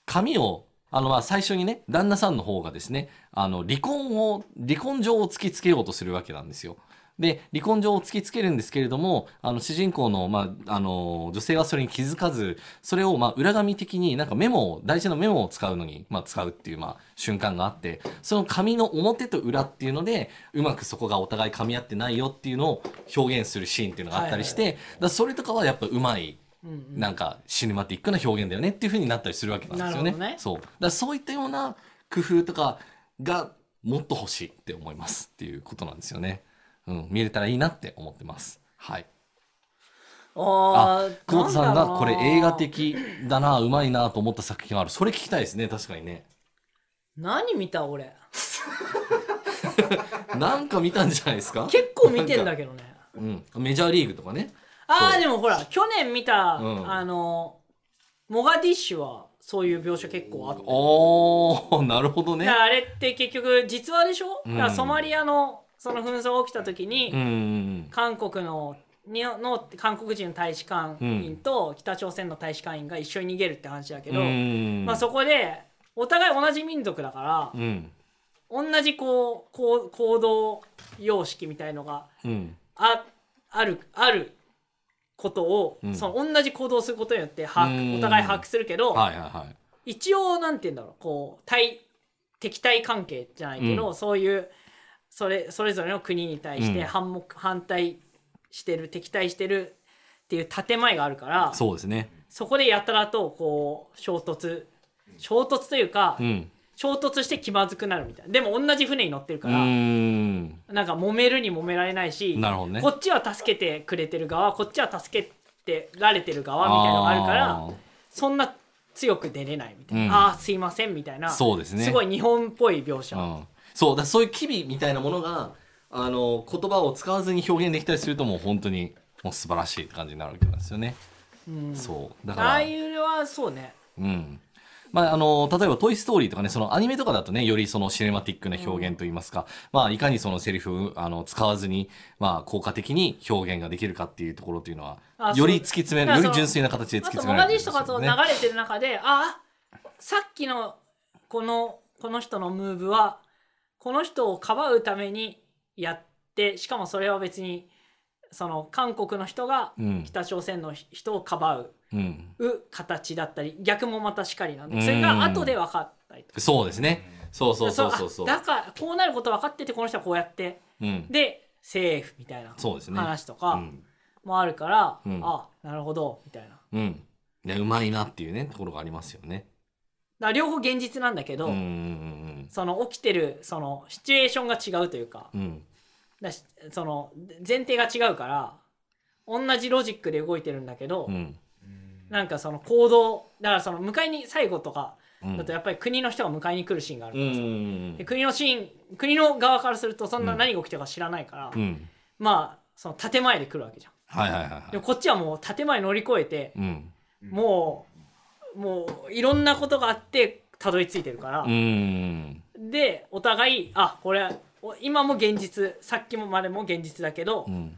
Speaker 4: 髪をあのまあ最初にね旦那さんの方がですねあの離婚を離婚状を突きつけようとするわけなんですよ。で離婚状を突きつけるんですけれどもあの主人公の,、まあ、あの女性はそれに気づかずそれをまあ裏紙的になんかメモを大事なメモを使うのに、まあ、使うっていうまあ瞬間があってその紙の表と裏っていうのでうまくそこがお互い噛み合ってないよっていうのを表現するシーンっていうのがあったりして、だからそれとかはやっぱうまい。なんかシネマティックな表現だよねっていう風になったりするわけなんですよ
Speaker 3: な
Speaker 4: ね。
Speaker 3: るほどね
Speaker 4: そうだからそういったような工夫とかがもっと欲しいって思いますっていうことなんですよね。うん、見れたらいいなって思ってます。はい。
Speaker 3: あ
Speaker 4: あ
Speaker 3: ー、
Speaker 4: 久保田さ
Speaker 3: なだ
Speaker 4: んが
Speaker 3: ろうな
Speaker 4: これ映画的だな、うまいなと思った作品がある。それ聞きたいですね、確かにね。
Speaker 3: 何見た俺
Speaker 4: なんか見たんじゃないですか
Speaker 3: 結構見てんだ
Speaker 4: け
Speaker 3: けどね
Speaker 4: ど。うん。メジャーリーグとかね。
Speaker 3: あ
Speaker 4: そ
Speaker 3: あ
Speaker 4: う
Speaker 3: でもほら去年見た、
Speaker 4: うん
Speaker 3: あのモガディッシュはそういう描写結構あった
Speaker 4: おー、なるほど
Speaker 3: だ
Speaker 4: ね
Speaker 3: か。らあれって結局実話でしょ、
Speaker 4: うん
Speaker 3: だからソマリアのその紛争が起きた時に、
Speaker 4: うんうんうん。
Speaker 3: 韓国のにの韓国人の大使館員と北朝鮮の大使館員が一緒に逃げるって話だけど、
Speaker 4: うん
Speaker 3: まあ、そこでお互い同じ民族だから、
Speaker 4: うん。
Speaker 3: 同じこうこう行動様式みたいのが
Speaker 4: うん。
Speaker 3: ああるあることを、
Speaker 4: うん
Speaker 3: その同じ行動をすることによって把握
Speaker 4: うん
Speaker 3: お互い把握するけど、
Speaker 4: はいはいはい。
Speaker 3: 一応なんて言うんだろうこう対敵対関係じゃないけど、
Speaker 4: うん
Speaker 3: そういうそれそれぞれの国に対して
Speaker 4: うん
Speaker 3: 反目、反対してる敵対してるっていう建前があるからそ
Speaker 4: そうですね。
Speaker 3: こでやたらとこう衝突衝突というか、
Speaker 4: うん。
Speaker 3: 衝突して気まずくなるみたいなでも同じ船に乗ってるか
Speaker 4: う
Speaker 3: ら、
Speaker 4: ん。
Speaker 3: なんか揉めるに揉められないし
Speaker 4: なるほどね
Speaker 3: こっちは助けてくれてる側こっちは助けてられてる側みたいなのがあるから
Speaker 4: あー
Speaker 3: そんな強く出れないみたいな、
Speaker 4: うん
Speaker 3: ああすいませんみたいな
Speaker 4: そうですね
Speaker 3: すごい日本っぽい描写、
Speaker 4: うん、そうだそういう機微みたいなものがあの言葉を使わずに表現できたりするともう本当にもう素晴らしいって感じになるわけなんですよね。そうだから
Speaker 3: ああいうのはそうね
Speaker 4: うんまあ、あの例えば「トイ・ストーリー」とかねそのアニメとかだとねよりそのシネマティックな表現といいますか、まあ、いかにそのセリフをあの使わずに、まあ、効果的に表現ができるかっていうところというの
Speaker 3: あ
Speaker 4: はより突き詰め
Speaker 3: そう
Speaker 4: る
Speaker 3: だか
Speaker 4: よ
Speaker 3: ら
Speaker 4: り純粋な形で突き
Speaker 3: あとモ
Speaker 4: 詰めら
Speaker 3: ガ
Speaker 4: れ
Speaker 3: ディッ
Speaker 4: て
Speaker 3: シュとかと流
Speaker 4: ね。
Speaker 3: れてる中で、ああさっきのこのこの人のムーブはこの人をかばうためにやってしかもそれは別にその韓国の人が
Speaker 4: うん
Speaker 3: 北朝鮮の人をかばう
Speaker 4: うん
Speaker 3: 形だったり逆もまたしかりなん
Speaker 4: う
Speaker 3: で
Speaker 4: ん
Speaker 3: それが後で分かったりとか
Speaker 4: そうですね。そうそうそうそうそう。
Speaker 3: あだからこうなること分かっててこの人はこうやって
Speaker 4: うん。
Speaker 3: でセーフみたいな
Speaker 4: そうですね
Speaker 3: 話と
Speaker 4: う
Speaker 3: か
Speaker 4: ん。
Speaker 3: もあるから、
Speaker 4: うん
Speaker 3: あなるほどみたいな。
Speaker 4: うん。いや、うまいなっていうね、ところがありますよね。
Speaker 3: だから両方現実なんだけど、
Speaker 4: うんうん
Speaker 3: その起きてるそのシチュエーションが違うというか
Speaker 4: うんうん。うん。
Speaker 3: だしその前提が違うから同じロジックで動いてるんだけど、
Speaker 4: うん。
Speaker 3: なんかその行動だからその迎えに最後とか
Speaker 4: うん
Speaker 3: だとやっぱり国の人が迎えに来るシーンがある
Speaker 4: う
Speaker 3: からさ、
Speaker 4: ん
Speaker 3: で国のシーン国の側からするとそんな何が起きたか知らないから、
Speaker 4: うん
Speaker 3: まあその建前で来るわけじゃん
Speaker 4: はいはいはいは
Speaker 3: で
Speaker 4: い
Speaker 3: もこっちはもう建前乗り越えて、
Speaker 4: うん
Speaker 3: もうもういろんなことがあってたどり着いてるから
Speaker 4: う、ん
Speaker 3: でお互いあこれお今も現実さっきもまでも現実だけど、
Speaker 4: うん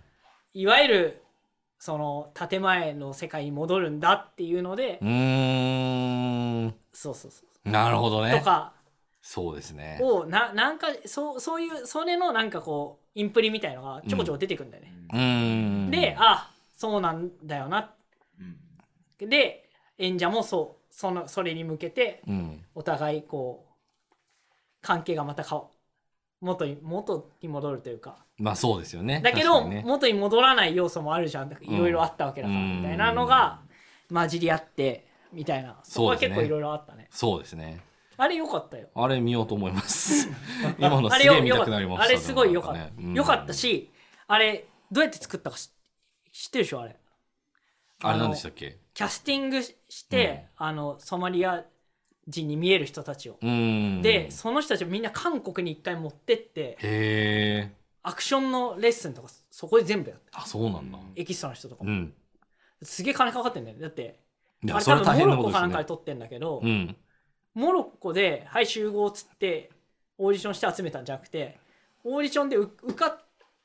Speaker 3: いわゆるその建前の世界に戻るんだっていうので、
Speaker 4: うーん
Speaker 3: そうそうそう
Speaker 4: なるほど
Speaker 3: と
Speaker 4: ね
Speaker 3: か
Speaker 4: そうですね
Speaker 3: をななんかそうそういうそれのなんかこうインプリみたいのがちょこちょこ出てくるんだよね。
Speaker 4: うーん
Speaker 3: であそうなんだよなで演者もそうそのそれに向けて
Speaker 4: うん
Speaker 3: お互いこう関係がまた顔元に元に戻るというか
Speaker 4: まあそうですよね
Speaker 3: だけ
Speaker 4: 確
Speaker 3: ど、
Speaker 4: かにね
Speaker 3: 元に戻らない要素もあるじゃんいろいろあったわけだから
Speaker 4: うん
Speaker 3: みたいなのが混じり合ってみたいなそこは
Speaker 4: そうです
Speaker 3: 結
Speaker 4: ね
Speaker 3: 構いろいろあったね
Speaker 4: そうですね
Speaker 3: あれよかったよ
Speaker 4: あれ見ようと思います 今の
Speaker 3: あ
Speaker 4: す
Speaker 3: れ
Speaker 4: げえ
Speaker 3: よ
Speaker 4: 見
Speaker 3: よかっ
Speaker 4: たく
Speaker 3: た
Speaker 4: なりました
Speaker 3: あれすごいよかった、
Speaker 4: なんねうん
Speaker 3: よかったしあれどうやって作ったかし知ってるでしょあれ
Speaker 4: あれ何でしたっけ
Speaker 3: キャスティングしして、あのソマリア人に見える人たちを、
Speaker 4: うーん
Speaker 3: でその人たちをみんな韓国に一回持ってって
Speaker 4: へえ
Speaker 3: アクションのレッスンとかそこで全部やった
Speaker 4: あそうなんだ
Speaker 3: エキストラの人とか
Speaker 4: う
Speaker 3: も、
Speaker 4: ん
Speaker 3: すげえ金かかってんだよねだって
Speaker 4: い
Speaker 3: あ
Speaker 4: や
Speaker 3: れ
Speaker 4: それ
Speaker 3: 多
Speaker 4: は大
Speaker 3: 分モ
Speaker 4: 変な
Speaker 3: ロッ
Speaker 4: こ
Speaker 3: コか
Speaker 4: と
Speaker 3: なんか
Speaker 4: です
Speaker 3: で
Speaker 4: ね
Speaker 3: 撮ってんだけど、
Speaker 4: うん
Speaker 3: モロッコで「はい集合」っつってオーディションして集めたんじゃなくてオーディションでう受かっ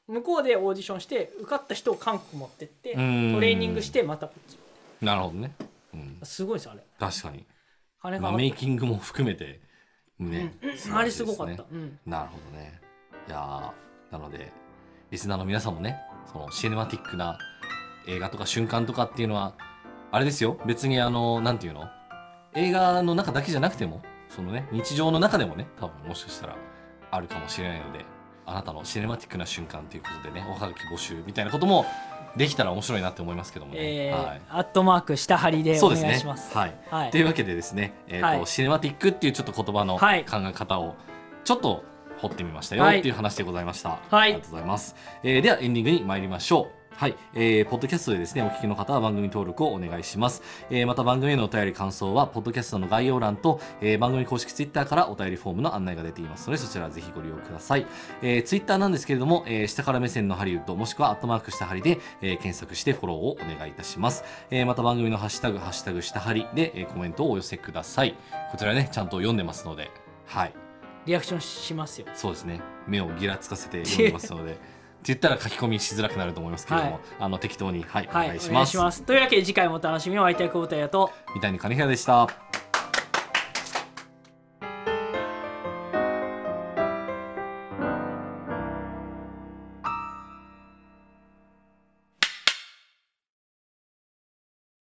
Speaker 3: 向こうでオーディションして受かった人を韓国持ってってト
Speaker 4: ん
Speaker 3: レーニングしてまたこっち
Speaker 4: なるほどねうん
Speaker 3: すごいですあれ
Speaker 4: 確かに
Speaker 3: 金か
Speaker 4: ま
Speaker 3: か
Speaker 4: あ
Speaker 3: っ
Speaker 4: メイキングも含めてね
Speaker 3: たあれすごかっ
Speaker 4: 素晴らしい
Speaker 3: た、
Speaker 4: ですね
Speaker 3: うん、
Speaker 4: なるほどねいやーなのでリスナーの皆さんもねそのシネマティックな映画とか瞬間とかっていうのはあれですよ別にあのなんていうの映画の中だけじゃなくてもそのね日常の中でもね多分もしかしたらあるかもしれないのであなたのシネマティックな瞬間ということでねおはがき募集みたいなこともできたら面白いなって思いますけどもね、
Speaker 3: えー
Speaker 4: はい
Speaker 3: アットマーク下張りでお
Speaker 4: そう
Speaker 3: 願
Speaker 4: ですね
Speaker 3: いします。
Speaker 4: はい
Speaker 3: はい
Speaker 4: というわけでですね、えーと
Speaker 3: はい
Speaker 4: シネマティックっていうちょっと言葉の考
Speaker 3: はい
Speaker 4: え方をちょっと掘ってみましたよ
Speaker 3: はい
Speaker 4: っていう話でございました、
Speaker 3: はい
Speaker 4: ありがとうございます、えーではエンディングに参りましょうはい、えーポッドキャストでですねお聞きの方は番組登録をお願いします、えーまた番組へのお便り感想はポッドキャストの概要欄と、えー番組公式ツイッターからお便りフォームの案内が出ていますのでそちらぜひご利用ください、えーツイッターなんですけれども、えー下から目線のハリウッドもしくはアットマークしたハリで、えー検索してフォローをお願いいたします、えーまた番組のハッシュタグ「ハッシュタグしたハリで」えーコメントをお寄せくださいこちらねちゃんと読んでますのではい
Speaker 3: リアクションしますよ。
Speaker 4: そうですね目をギラつかせて読んでます のでって言ったら書き込みしづらくなると思いますけれども、
Speaker 3: はい
Speaker 4: あの適当には
Speaker 3: は
Speaker 4: い、
Speaker 3: い、
Speaker 4: お
Speaker 3: お
Speaker 4: 願
Speaker 3: 願
Speaker 4: い
Speaker 3: い
Speaker 4: し
Speaker 3: し
Speaker 4: ま
Speaker 3: ますす。というわけで次回もお楽しみをお相手は久保田やと。
Speaker 4: 三谷金平でした